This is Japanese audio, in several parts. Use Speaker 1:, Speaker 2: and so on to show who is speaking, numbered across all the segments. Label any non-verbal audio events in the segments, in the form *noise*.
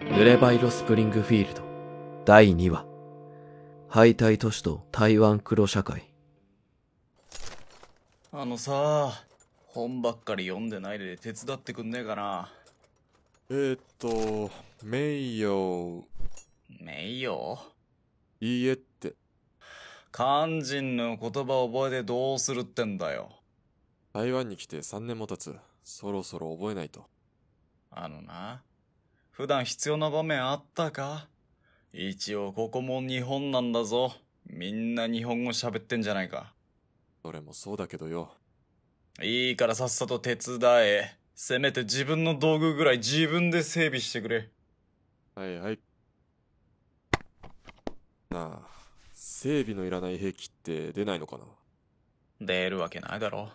Speaker 1: 濡れバイロスプリングフィールド第2話敗退都市と台湾黒社会
Speaker 2: あのさ本ばっかり読んでないで手伝ってくんねえかな
Speaker 3: えーっと、名誉、
Speaker 2: 名誉
Speaker 3: いいえって。
Speaker 2: 肝心の言葉覚えてどうするってんだよ
Speaker 3: 台湾に来て3年も経つ。そろそろ覚えないと。
Speaker 2: あのな普段必要な場面あったか一応ここも日本なんだぞみんな日本語喋ってんじゃないか
Speaker 3: それもそうだけどよ。
Speaker 2: いいからさっさと手伝えせめて自分の道具ぐらい自分で整備してくれ
Speaker 3: はいはい。なあ、整備のいらない兵器って出ないのかな
Speaker 2: 出るわけないだろ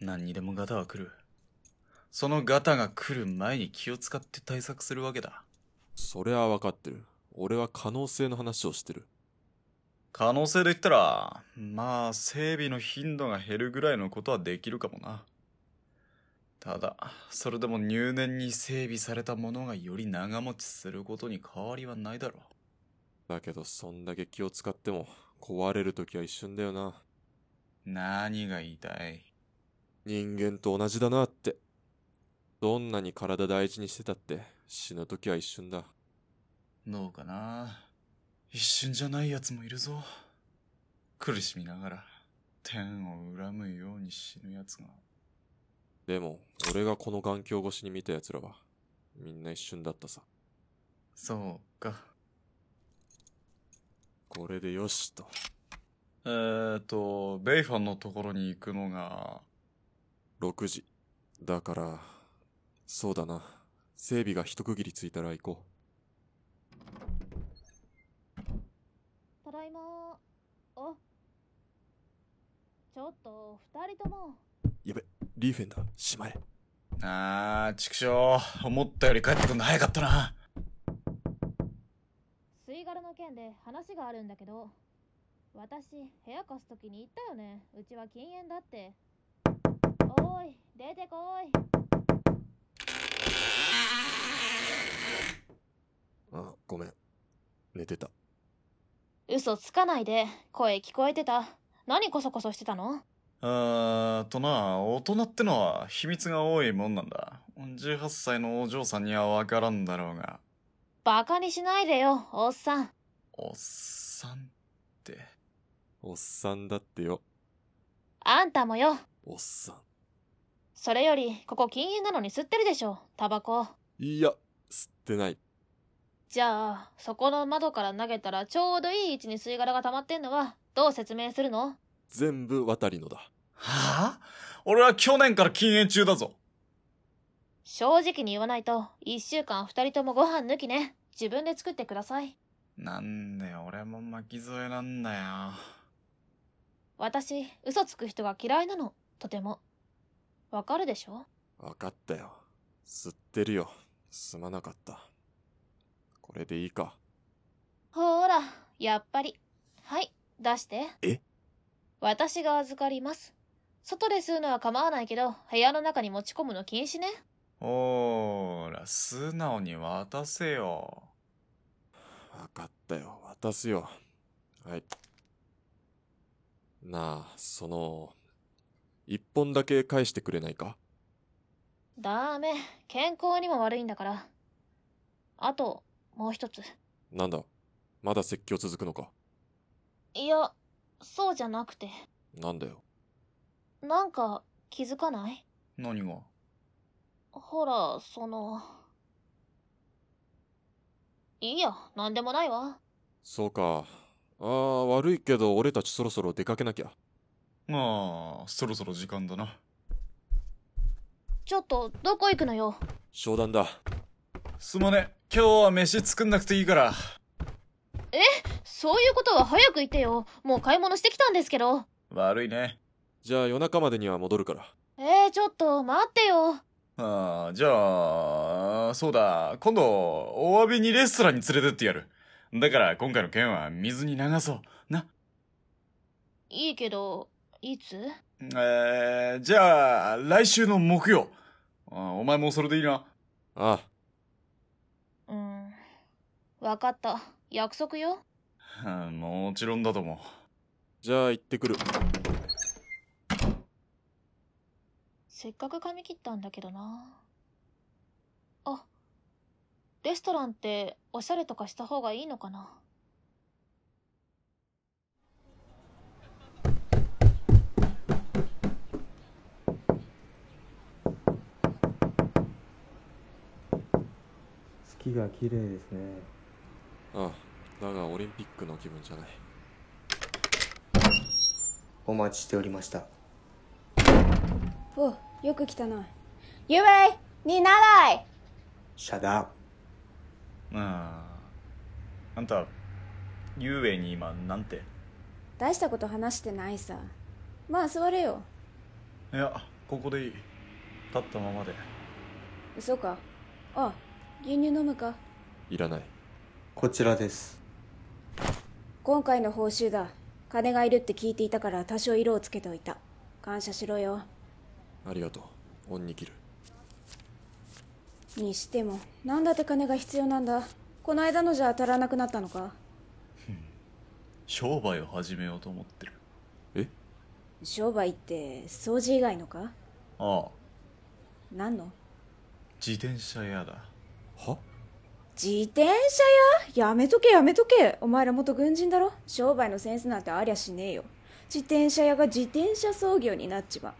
Speaker 2: 何にでもガタは来るそのガタが来る前に気を使って対策するわけだ
Speaker 3: それはわかってる。俺は可能性の話をしてる。
Speaker 2: 可能性で言ったらまあ整備の頻度が減るぐらいのことはできるかもなただそれでも入念に整備されたものがより長持ちすることに変わりはないだろ
Speaker 3: だけど、そんだけ気を使っても、壊れる時は一瞬だよな。
Speaker 2: 何が言いたい
Speaker 3: 人間と同じだなって。どんなに体大事にしてたって、死ぬ時は一瞬だ。
Speaker 2: どうかな一瞬じゃない奴もいるぞ苦しみながら天を恨むように死ぬ奴が
Speaker 3: でも、俺がこの眼鏡越しに見た奴らは、みんな一瞬だったさ。
Speaker 2: そうか
Speaker 3: これでよしと。
Speaker 2: えーとベイファンのところに行くのが
Speaker 3: 6時。だから、そうだな。整備が一区切りついたら行こ
Speaker 4: ただいまおちょっと二人とも
Speaker 3: う。やべ、リーフェンだ。しまえ。
Speaker 2: あー畜生思ったより帰ってくるの早かったな
Speaker 4: 吸い殻の件で話があるんだけど私部屋貸す時に言ったよねうちは禁煙だっておーい出てこい
Speaker 3: あ、ごめん。寝てた。
Speaker 4: 嘘つかないで声聞こえてた何コソコソしてたの
Speaker 2: あーとな大人ってのは秘密が多いもんなんだ18歳のお嬢さんには分からんだろうが
Speaker 4: バカにしないでよおっさん
Speaker 2: おっさんって
Speaker 3: おっさんだってよ。
Speaker 4: あんたもよ
Speaker 3: おっさん。
Speaker 4: それよりここ禁煙なのに吸ってるでしょタバコ
Speaker 3: いや、吸ってない。
Speaker 4: じゃあそこの窓から投げたらちょうどいい位置に吸い殻が溜まってんのはどう説明するの
Speaker 3: 全部渡りのだ。
Speaker 2: はあ俺は去年から禁煙中だぞ
Speaker 4: 正直に言わないと1週間2人ともご飯抜きね自分で作ってください
Speaker 2: なんで俺も巻き添えなんだよ
Speaker 4: 私嘘つく人が嫌いなのとてもわかるでしょ
Speaker 3: わかったよ。吸ってるよ。すまなかった。これでいいか。
Speaker 4: ほーらやっぱりはい出して
Speaker 3: え
Speaker 4: 私が預かります外で吸うのは構わないけど部屋の中に持ち込むの禁止ね
Speaker 2: ほーら素直に渡せよ
Speaker 3: わかったよ。渡すよ。はい。なあ、その、一本だけ返してくれないか
Speaker 4: ダメ健康にも悪いんだからあともう一つ
Speaker 3: なんだまだ説教続くのか
Speaker 4: いやそうじゃなくて
Speaker 3: なんだよ。
Speaker 4: なんか気づかない
Speaker 2: 何が
Speaker 4: ほら、その。いいや、なんでもないわ。
Speaker 3: そうか。ああ、悪いけど俺たちそろそろ出かけなきゃ。
Speaker 2: ああそろそろ時間だな
Speaker 4: ちょっと、どこ行くのよ。
Speaker 3: 商談だ。
Speaker 2: すまね今日は飯作んなくていいから
Speaker 4: そういうことは早く言ってよ。もう買い物してきたんですけど。
Speaker 2: 悪いね
Speaker 3: じゃあ夜中までには戻るから。
Speaker 4: えー、ちょっと、待ってよ。
Speaker 2: ああじゃあそうだ今度お詫びにレストランに連れてってやるだから今回の件は水に流そうない
Speaker 4: いけど、いつ
Speaker 2: えー、じゃあ来週の木曜ああお前もそれでいいな *laughs*
Speaker 3: ああ、
Speaker 4: うーん。わかった。約束よ。
Speaker 2: うんもちろんだと思う。
Speaker 3: じゃあ行ってくる
Speaker 4: せっかく髪切ったんだけどな。あ、レストランっておしゃれとかした方がいいのかな
Speaker 5: 月が綺麗ですね
Speaker 3: ああだがオリンピックの気分じゃない
Speaker 5: お待ちしておりました
Speaker 6: およく来たな。ゆえいにならい
Speaker 5: シャダー
Speaker 2: あああんたゆうえいに今なんて
Speaker 6: 大したこと話してないさ。まあ座れよ。
Speaker 2: いやここでいい立ったままで
Speaker 6: そうか。あ、牛乳飲むか。
Speaker 3: いらない
Speaker 5: こちらです
Speaker 6: 今回の報酬だ。金がいるって聞いていたから多少色をつけておいた。感謝しろよ。
Speaker 3: ありがとう恩に切る
Speaker 6: にしても、なんだって金が必要なんだ。この間のじゃ当たらなくなったのか。
Speaker 2: 商売を始めようと思ってる
Speaker 3: え
Speaker 6: 商売って掃除以外のか
Speaker 2: ああ
Speaker 6: 何の
Speaker 2: 自転車屋だ
Speaker 3: は
Speaker 6: 自転車屋やめとけやめとけお前ら元軍人だろ商売のセンスなんてありゃしねえよ自転車屋が自転車操業になっちまう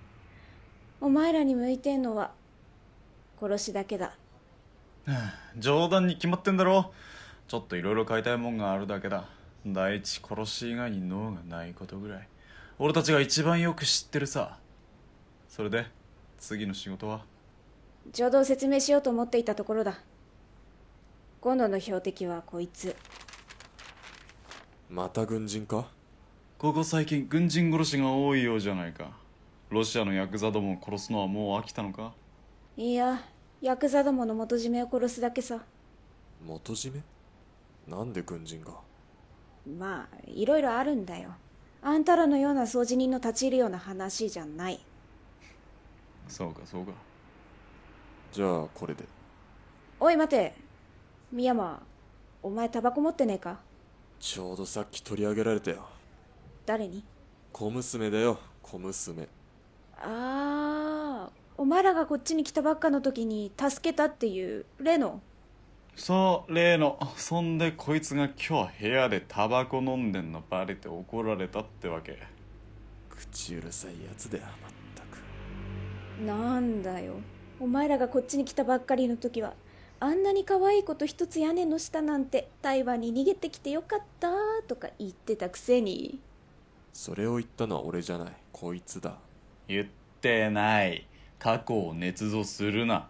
Speaker 6: お前らに向いてんのは殺しだけだ
Speaker 2: 冗談に決まってんだろちょっといろいろ買いたいもんがあるだけだ第一殺し以外に脳がないことぐらい俺たちが一番よく知ってるさそれで次の仕事は
Speaker 6: ちょうど説明しようと思っていたところだ今度の標的はこいつ
Speaker 3: また軍人か
Speaker 2: ここ最近軍人殺しが多いようじゃないかロシアのヤクザどもを殺すのはもう飽きたのか
Speaker 6: いやヤクザどもの元締めを殺すだけさ
Speaker 3: 元締めなんで軍人が
Speaker 6: まあいろいろあるんだよあんたらのような掃除人の立ち入るような話じゃない
Speaker 2: そうかそうか
Speaker 3: じゃあこれで
Speaker 6: おい待て深山お前タバコ持ってねえか
Speaker 3: ちょうどさっき取り上げられたよ
Speaker 6: 誰に
Speaker 3: 小娘だよ小娘
Speaker 6: ああお前らがこっちに来たばっかの時に助けたっていう例の
Speaker 2: そう例のそんでこいつが今日部屋でタバコ飲んでんのバレて怒られたってわけ
Speaker 3: 口うるさいやつだよまったく
Speaker 6: なんだよお前らがこっちに来たばっかりの時はあんなに可愛いこと一つ屋根の下なんて台湾に逃げてきてよかったとか言ってたくせに
Speaker 3: それを言ったのは俺じゃないこいつだ
Speaker 2: 言ってない過去を捏造するな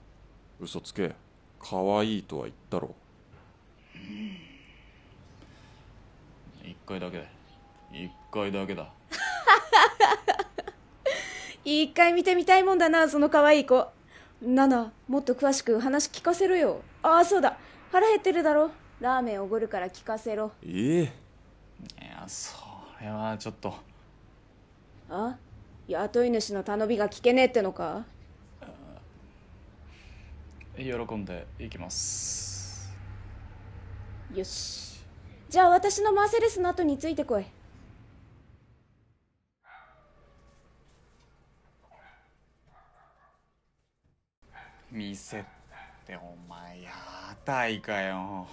Speaker 3: 嘘つけ可愛いとは言ったろ
Speaker 2: 一回だけだ一回だけだ
Speaker 6: 一回見てみたいもんだなその可愛い子ナナもっと詳しく話聞かせろよああそうだ腹減ってるだろラーメンおごるから聞かせろ
Speaker 3: ええ
Speaker 2: いやそれはちょっと
Speaker 6: あ雇い主の頼みが聞けねえってのか
Speaker 2: 喜んでいきます
Speaker 6: よしじゃあ私のマーセデスの後についてこい
Speaker 2: 店ってお前やだいかよ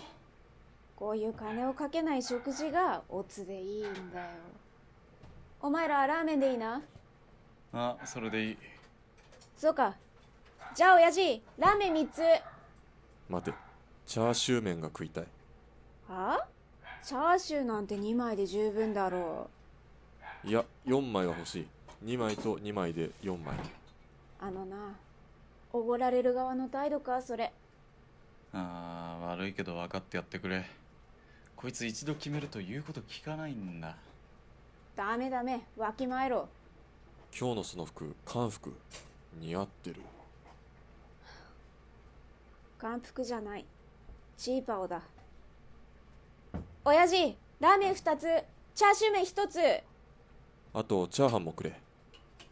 Speaker 6: こういう金をかけない食事がオツでいいんだよお前らラーメンでいいな
Speaker 2: あそれでいい
Speaker 6: そうかじゃあ親父ラーメン3つは
Speaker 3: 待てチャーシュー麺が食いたい
Speaker 6: あチャーシューなんて2枚で十分だろ
Speaker 3: いや4枚は欲しい2枚と2枚で4枚
Speaker 6: うあのなおごられる側の態度かそれ
Speaker 2: ああ悪いけど分かってやってくれこいつ一度決めると言うこと聞かないんだ
Speaker 6: ダメダメわきまえろ
Speaker 3: 今日のその服韓服似合ってる
Speaker 6: 感服じゃないチーパオだ親父ラーメン2つチャーシュー麺1つ
Speaker 3: あとチャーハンもくれ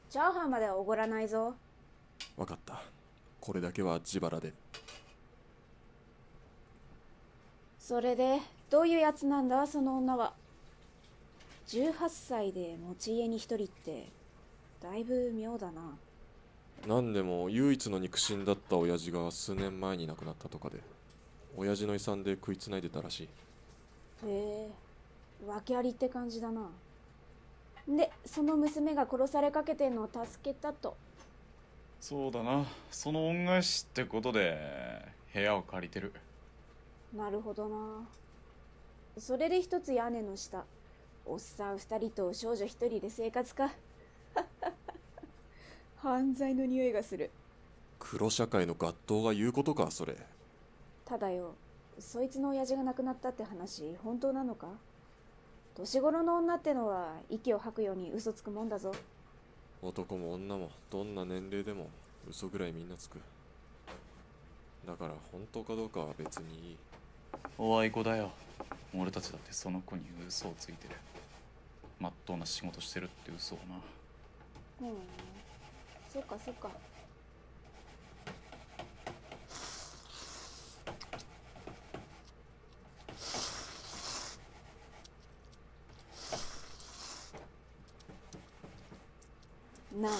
Speaker 6: チャーハンまではおごらないぞ
Speaker 3: わかったこれだけは自腹で
Speaker 6: それでどういうやつなんだその女は18歳で持ち家に一人ってだいぶ妙だな
Speaker 3: なんでも唯一の肉親だった親父が数年前に亡くなったとかで親父の遺産で食いつないでたらしい
Speaker 6: へえ訳ありって感じだなでその娘が殺されかけてんのを助けたと
Speaker 2: そうだなその恩返しってことで部屋を借りてる
Speaker 6: なるほどなそれで一つ屋根の下おっさん二人と少女一人で生活か *laughs* 犯罪の匂いがする
Speaker 3: 黒社会の合闘が言うことかそれ
Speaker 6: ただよそいつの親父が亡くなったって話本当なのか年頃の女ってのは息を吐くように嘘つくもんだぞ
Speaker 3: 男も女もどんな年齢でも嘘ぐらいみんなつくだから本当かどうかは別にいい
Speaker 2: おあいこだよ俺たちだってその子に嘘をついてるまっとうな仕事してるって嘘をな
Speaker 6: うんそっかそっかなあ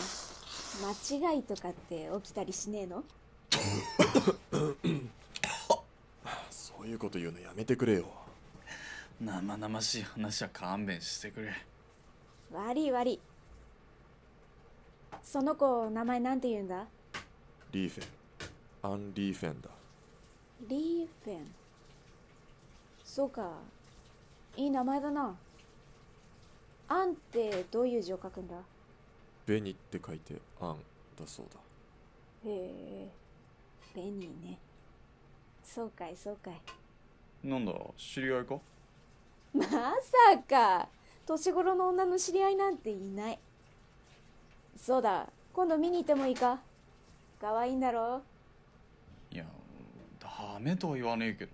Speaker 6: 間違いとかって起きたりしねえの
Speaker 3: そういうこと言うのやめてくれよ
Speaker 2: 生々しい話は勘弁してくれ
Speaker 6: 悪い悪いその子名前なんて言うんだ
Speaker 3: リーフェンアン・リーフェンだ
Speaker 6: リーフェンそうかいい名前だなアンってどういう字を書くんだ
Speaker 3: ベニって書いてアンだそうだ
Speaker 6: へえベニーねそうかいそうかい
Speaker 2: なんだ知り合いか
Speaker 6: まさか年頃の女の知り合いなんていないそうだ今度見に行ってもいいか可愛いんだろ
Speaker 2: いやダメとは言わねえけど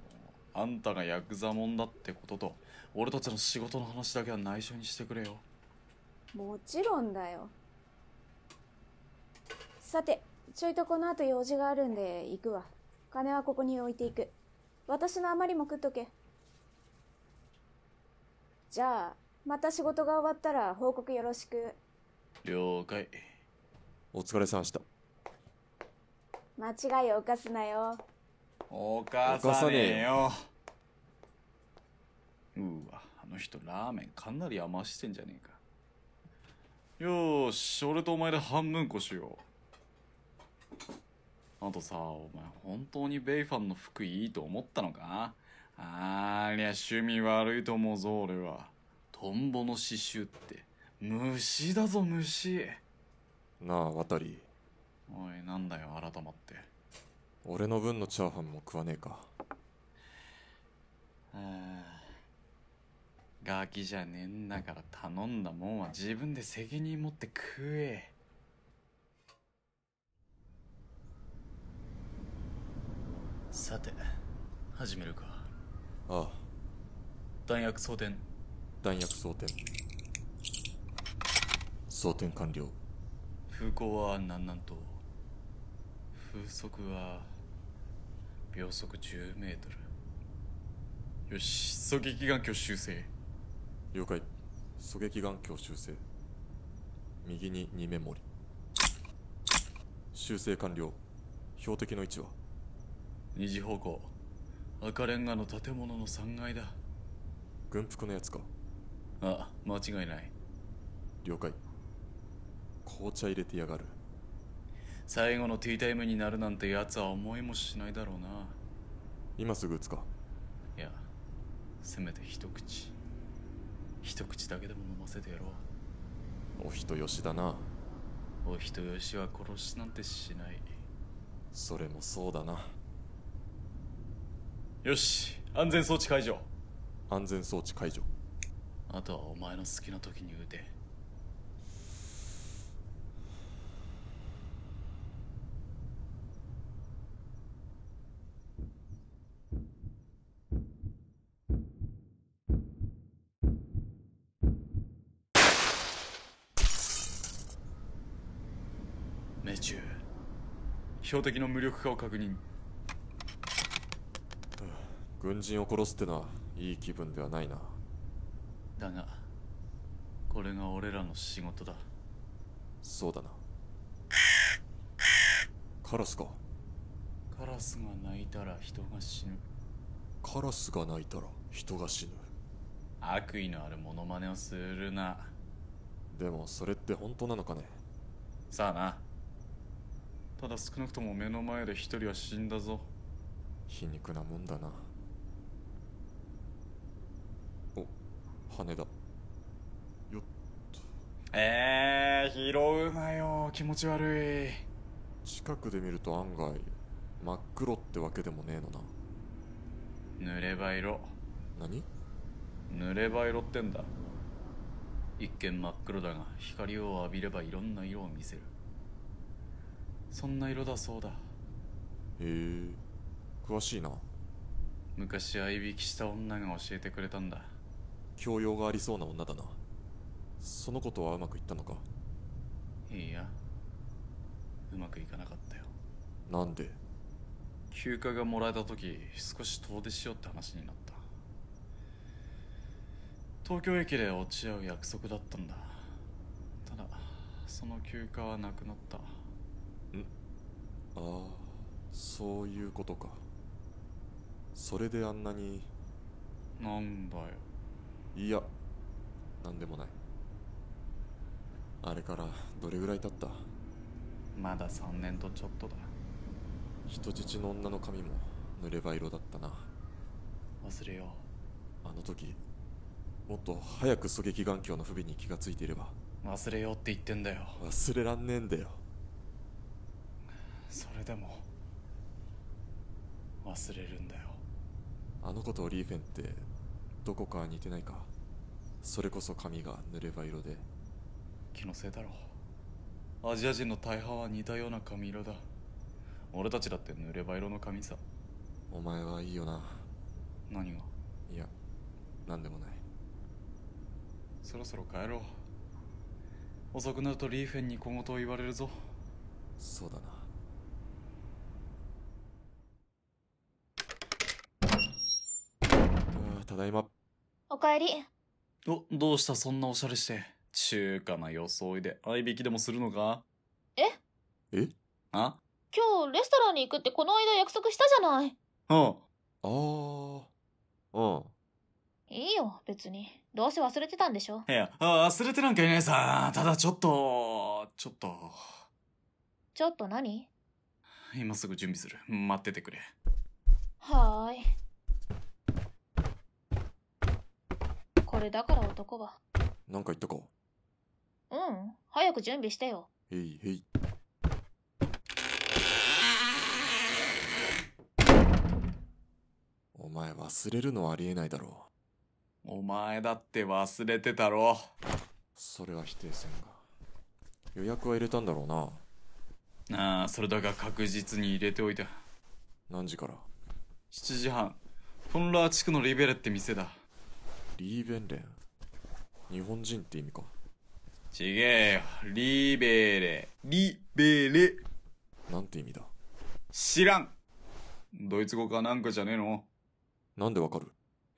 Speaker 2: あんたがヤクザもんだってことと俺たちの仕事の話だけは内緒にしてくれよ
Speaker 6: もちろんだよさてちょいとこの後用事があるんで行くわ金はここに置いていく私の余りも食っとけじゃあまた仕事が終わったら報告よろしく
Speaker 2: 了解
Speaker 3: お疲れさんした
Speaker 6: 間違いを犯すなよ
Speaker 2: おかさねえようわあの人ラーメンかなり余してんじゃねえかよーし俺とお前で半分こしようあとさお前本当にベイファンの服いいと思ったのかあーりゃ趣味悪いと思うぞ俺はトンボの刺繍って虫だぞ虫
Speaker 3: なあ渡り
Speaker 2: おいなんだよ改まって
Speaker 3: 俺の分のチャーハンも食わねえか
Speaker 2: ああガキじゃねえんだから頼んだもんは自分で責任持って食えさて始めるか
Speaker 3: ああ
Speaker 2: 弾薬装填
Speaker 3: 弾薬装填装填完了
Speaker 2: 風向は南南東風速は秒速10メートルよし狙撃眼鏡修正
Speaker 3: 了解狙撃眼鏡修正右に2メモリ修正完了標的の位置は
Speaker 2: 二次方向赤レンガの建物の3階だ
Speaker 3: 軍服のやつか
Speaker 2: あ間違いない
Speaker 3: 了解紅茶入れてやがる
Speaker 2: 最後のティータイムになるなんてやつは思いもしないだろうな
Speaker 3: 今すぐ撃つか
Speaker 2: いやせめて一口一口だけでも飲ませてやろ
Speaker 3: お人よしだな
Speaker 2: うお人よしは殺しなんてしない
Speaker 3: それもそうだな
Speaker 2: よし安全装置解除
Speaker 3: 安全装置解除
Speaker 2: あとはお前の好きな時に撃て命中標的の無力化を確認
Speaker 3: 軍人を殺すってのはいい気分ではないな
Speaker 2: だがこれが俺らの仕事だ
Speaker 3: そうだなカラスか
Speaker 2: カラスが鳴いたら人が死ぬ
Speaker 3: カラスが鳴いたら人が死ぬ
Speaker 2: 悪意のあるモノマネをするな
Speaker 3: でもそれって本当なのかね
Speaker 2: さあなただ少なくとも目の前で一人は死んだぞ
Speaker 3: 皮肉なもんだなお羽だよっ
Speaker 2: えー、拾うなよ気持ち悪い
Speaker 3: 近くで見ると案外真っ黒ってわけでもねえのな
Speaker 2: 濡れば色
Speaker 3: 何
Speaker 2: 濡れば色ってんだ一見真っ黒だが光を浴びればいろんな色を見せるそんな色だそうだ
Speaker 3: へえ詳しいな
Speaker 2: 昔相引きした女が教えてくれたんだ
Speaker 3: 教養がありそうな女だなそのことはうまくいったのか
Speaker 2: いいやうまくいかなかったよ
Speaker 3: なんで
Speaker 2: 休暇がもらえた時少し遠出しようって話になった東京駅で落ち合う約束だったんだただその休暇はなくなった
Speaker 3: ああそういうことかそれであんなに
Speaker 2: なんだよ
Speaker 3: いやなんでもないあれからどれぐらい経った
Speaker 2: まだ3年とちょっとだ
Speaker 3: 人質の女の髪も濡れば色だったな
Speaker 2: 忘れよ
Speaker 3: あの時もっと早く狙撃眼鏡の不備に気がついていれば
Speaker 2: う忘れようって言ってんだよ
Speaker 3: 忘れらんねえんだよ
Speaker 2: それでも忘れるんだよ
Speaker 3: あの子とリーフェンってどこか似てないかそれこそ髪が濡れば色で
Speaker 2: 気のせいだろアジア人の大半は似たような髪色だ俺たちだって濡れば色の髪さ
Speaker 3: お前はいいよな
Speaker 2: 何が
Speaker 3: いやなんでもない
Speaker 2: そろそろ帰ろう遅くなるとリーフェンに小言を言われるぞ
Speaker 3: そうだなあーただいま
Speaker 4: おかえり
Speaker 2: おどうしたそんなおしゃれして中華な装いで合いびきでもするのか
Speaker 3: え
Speaker 2: あ
Speaker 4: 今日レストランに行くってこの間約束したじゃない
Speaker 2: うん
Speaker 3: あーうん
Speaker 4: いいよ別にどうせ忘れてたんでしょ
Speaker 2: いやあ忘れてなんかいないさただちょっとちょっと
Speaker 4: ちょっと何
Speaker 2: 今すぐ準備する待っててくれ
Speaker 4: はーいこれだから男は
Speaker 3: なんか言ったか
Speaker 4: うん早く準備してよ
Speaker 3: へいへいお前忘れるのはありえないだろう
Speaker 2: お前だって忘れてたろ
Speaker 3: それは否定せんが予約は入れたんだろうな
Speaker 2: ああそれだが確実に入れておいた
Speaker 3: 何時から
Speaker 2: 7時半フォンラー地区のリベレって店だ
Speaker 3: リーベンレン日本人って意味か
Speaker 2: ちげえよリベレリベレ
Speaker 3: なんて意味だ
Speaker 2: 知らんドイツ語かなんかじゃねえの
Speaker 3: なんでわかる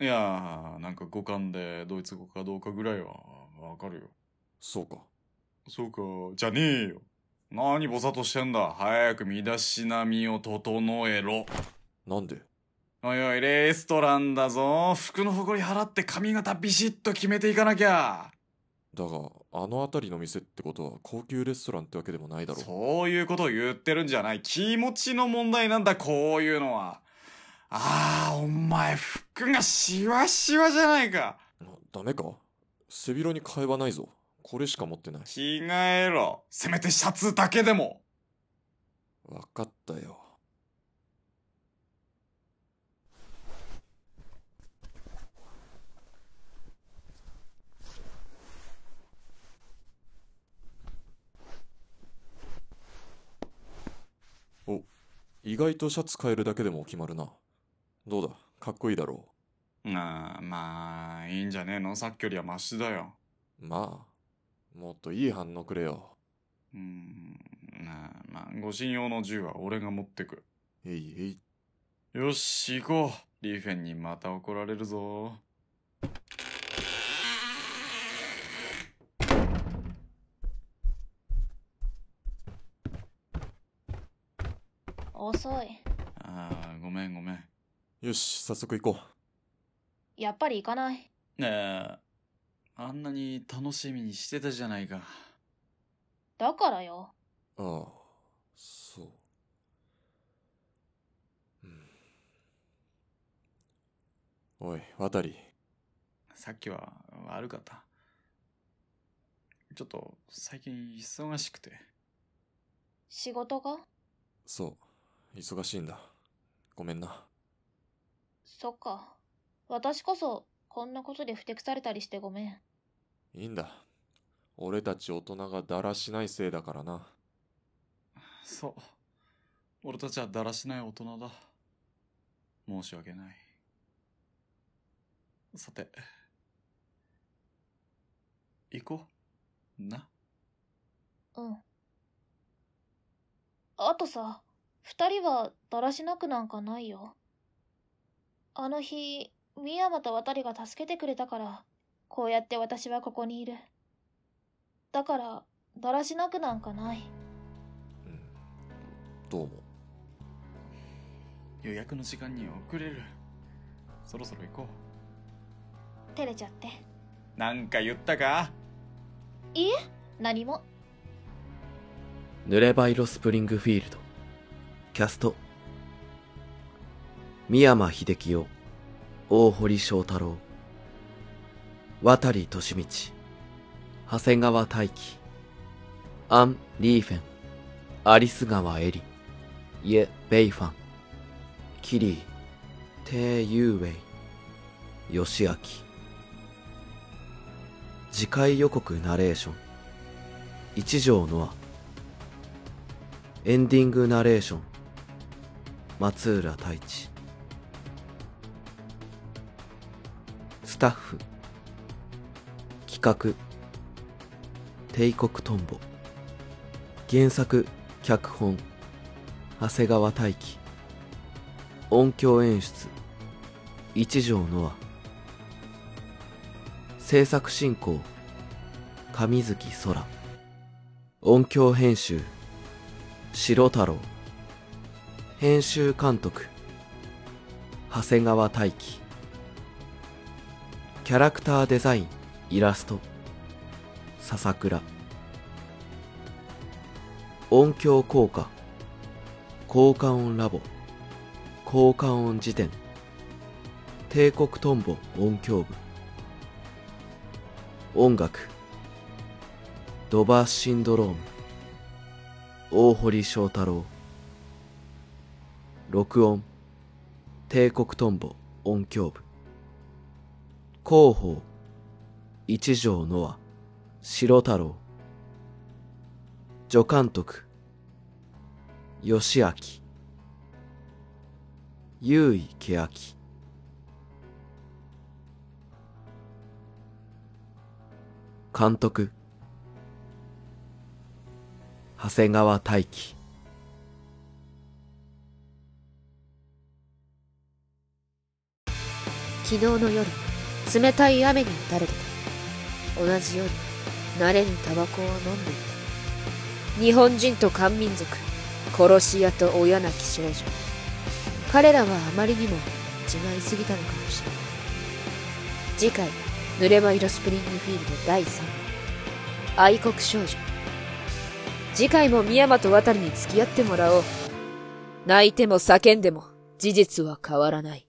Speaker 2: いやーなんか語感でドイツ語かどうかぐらいはわかるよ
Speaker 3: そうか
Speaker 2: そうかじゃねえよ何ぼさっとしてんだ早く身だしなみを整えろ
Speaker 3: なんで
Speaker 2: おいおいレストランだぞ服の誇り払って髪型ビシッと決めていかなきゃ
Speaker 3: だがあの辺りの店ってことは高級レストランってわけでもないだろう
Speaker 2: そういうことを言ってるんじゃない。気持ちの問題なんだ、こういうのは。ああ、お前、服がシワシワじゃないか。
Speaker 3: なダメか背広に替えはないぞこれしか持ってない
Speaker 2: 着替えろ。せめてシャツだけでも。
Speaker 3: わかったよお意外とシャツ変えるだけでも決まるなどうだかっこいいだろ
Speaker 2: ああ、まあ、いいんじゃねえのさっきよりはマシだよ。
Speaker 3: うまあもっといい反応くれよ
Speaker 2: うーん、まあ、まあ、護身用の銃は俺が持ってく。
Speaker 3: えいえい
Speaker 2: よし、行こう。リーフェンにまた怒られるぞ。
Speaker 4: 遅い。
Speaker 2: ああ、ごめんごめん。
Speaker 3: よし、早速行こ
Speaker 4: やっぱり行かない。
Speaker 2: ねえ、あんなに楽しみにしてたじゃないか。
Speaker 4: だからよ。
Speaker 3: う。ああ、そう。うんおい、渡り。
Speaker 2: さっきは悪かった。ちょっと最近忙しくて。
Speaker 4: 仕事が
Speaker 3: そう、忙しいんだ。ごめんな。
Speaker 4: そっか。私こそ、こんなことでふてくされたりしてごめん。
Speaker 3: いいんだ。俺たち大人がだらしないせいだからな。
Speaker 2: そう。俺たちはだらしない大人だ。申し訳ない。さて。行こう。な。
Speaker 4: うん。あとさ、二人はだらしなくなんかないよ。あの日、深山と渡りが助けてくれたから、こうやって私はここにいる。だから、だらしなくなんかない。
Speaker 3: うん。どうも。
Speaker 2: 予約の時間に遅れる。そろそろ行こ
Speaker 4: 照れちゃって。
Speaker 2: う。なんか言ったか
Speaker 4: いいえ、何も。
Speaker 1: 濡れば色スプリングフィールド。キャスト。三山秀樹を、大堀翔太郎。渡利俊道。長谷川大輝。アン・リーフェン。アリス川エリ。イェ・ベイファン。キリー。テイ・ユーウェイ。吉明。次回予告ナレーション。一条ノア。エンディングナレーション松浦太一スタッフ企画帝国トンボ原作脚本長谷川大輝音響演出一条ノア制作進行上月空音響編集白太郎編集監督長谷川大輝キャラクターデザインイラスト笹倉音響効果効果音ラボ効果音辞典帝国トンボ音響部音楽ドバーシンドローム大堀翔太郎録音帝国トンボ音響部広報一条ノア白太郎助監督吉明優衣欅監督長谷川大輝
Speaker 7: 昨日の夜冷たい雨に打たれてた同じ夜慣れぬタバコを飲んでいた日本人と漢民族殺し屋と親なき少女彼らはあまりにも違いすぎたのかもしれない次回「濡れ場色スプリングフィールド第3話愛国少女」次回も深山と渡りに付き合ってもらおう泣いても叫んでも事実は変わらない